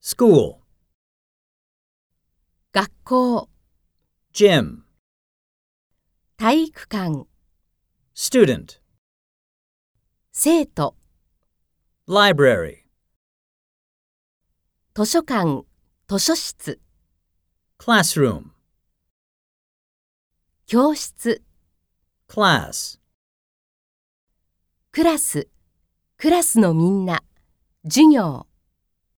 school, 学校、 gym, 体育館、 student, 生徒、 library, 図書館、図書室、 classroom, 教室、 class, クラス、クラスのみんな、授業。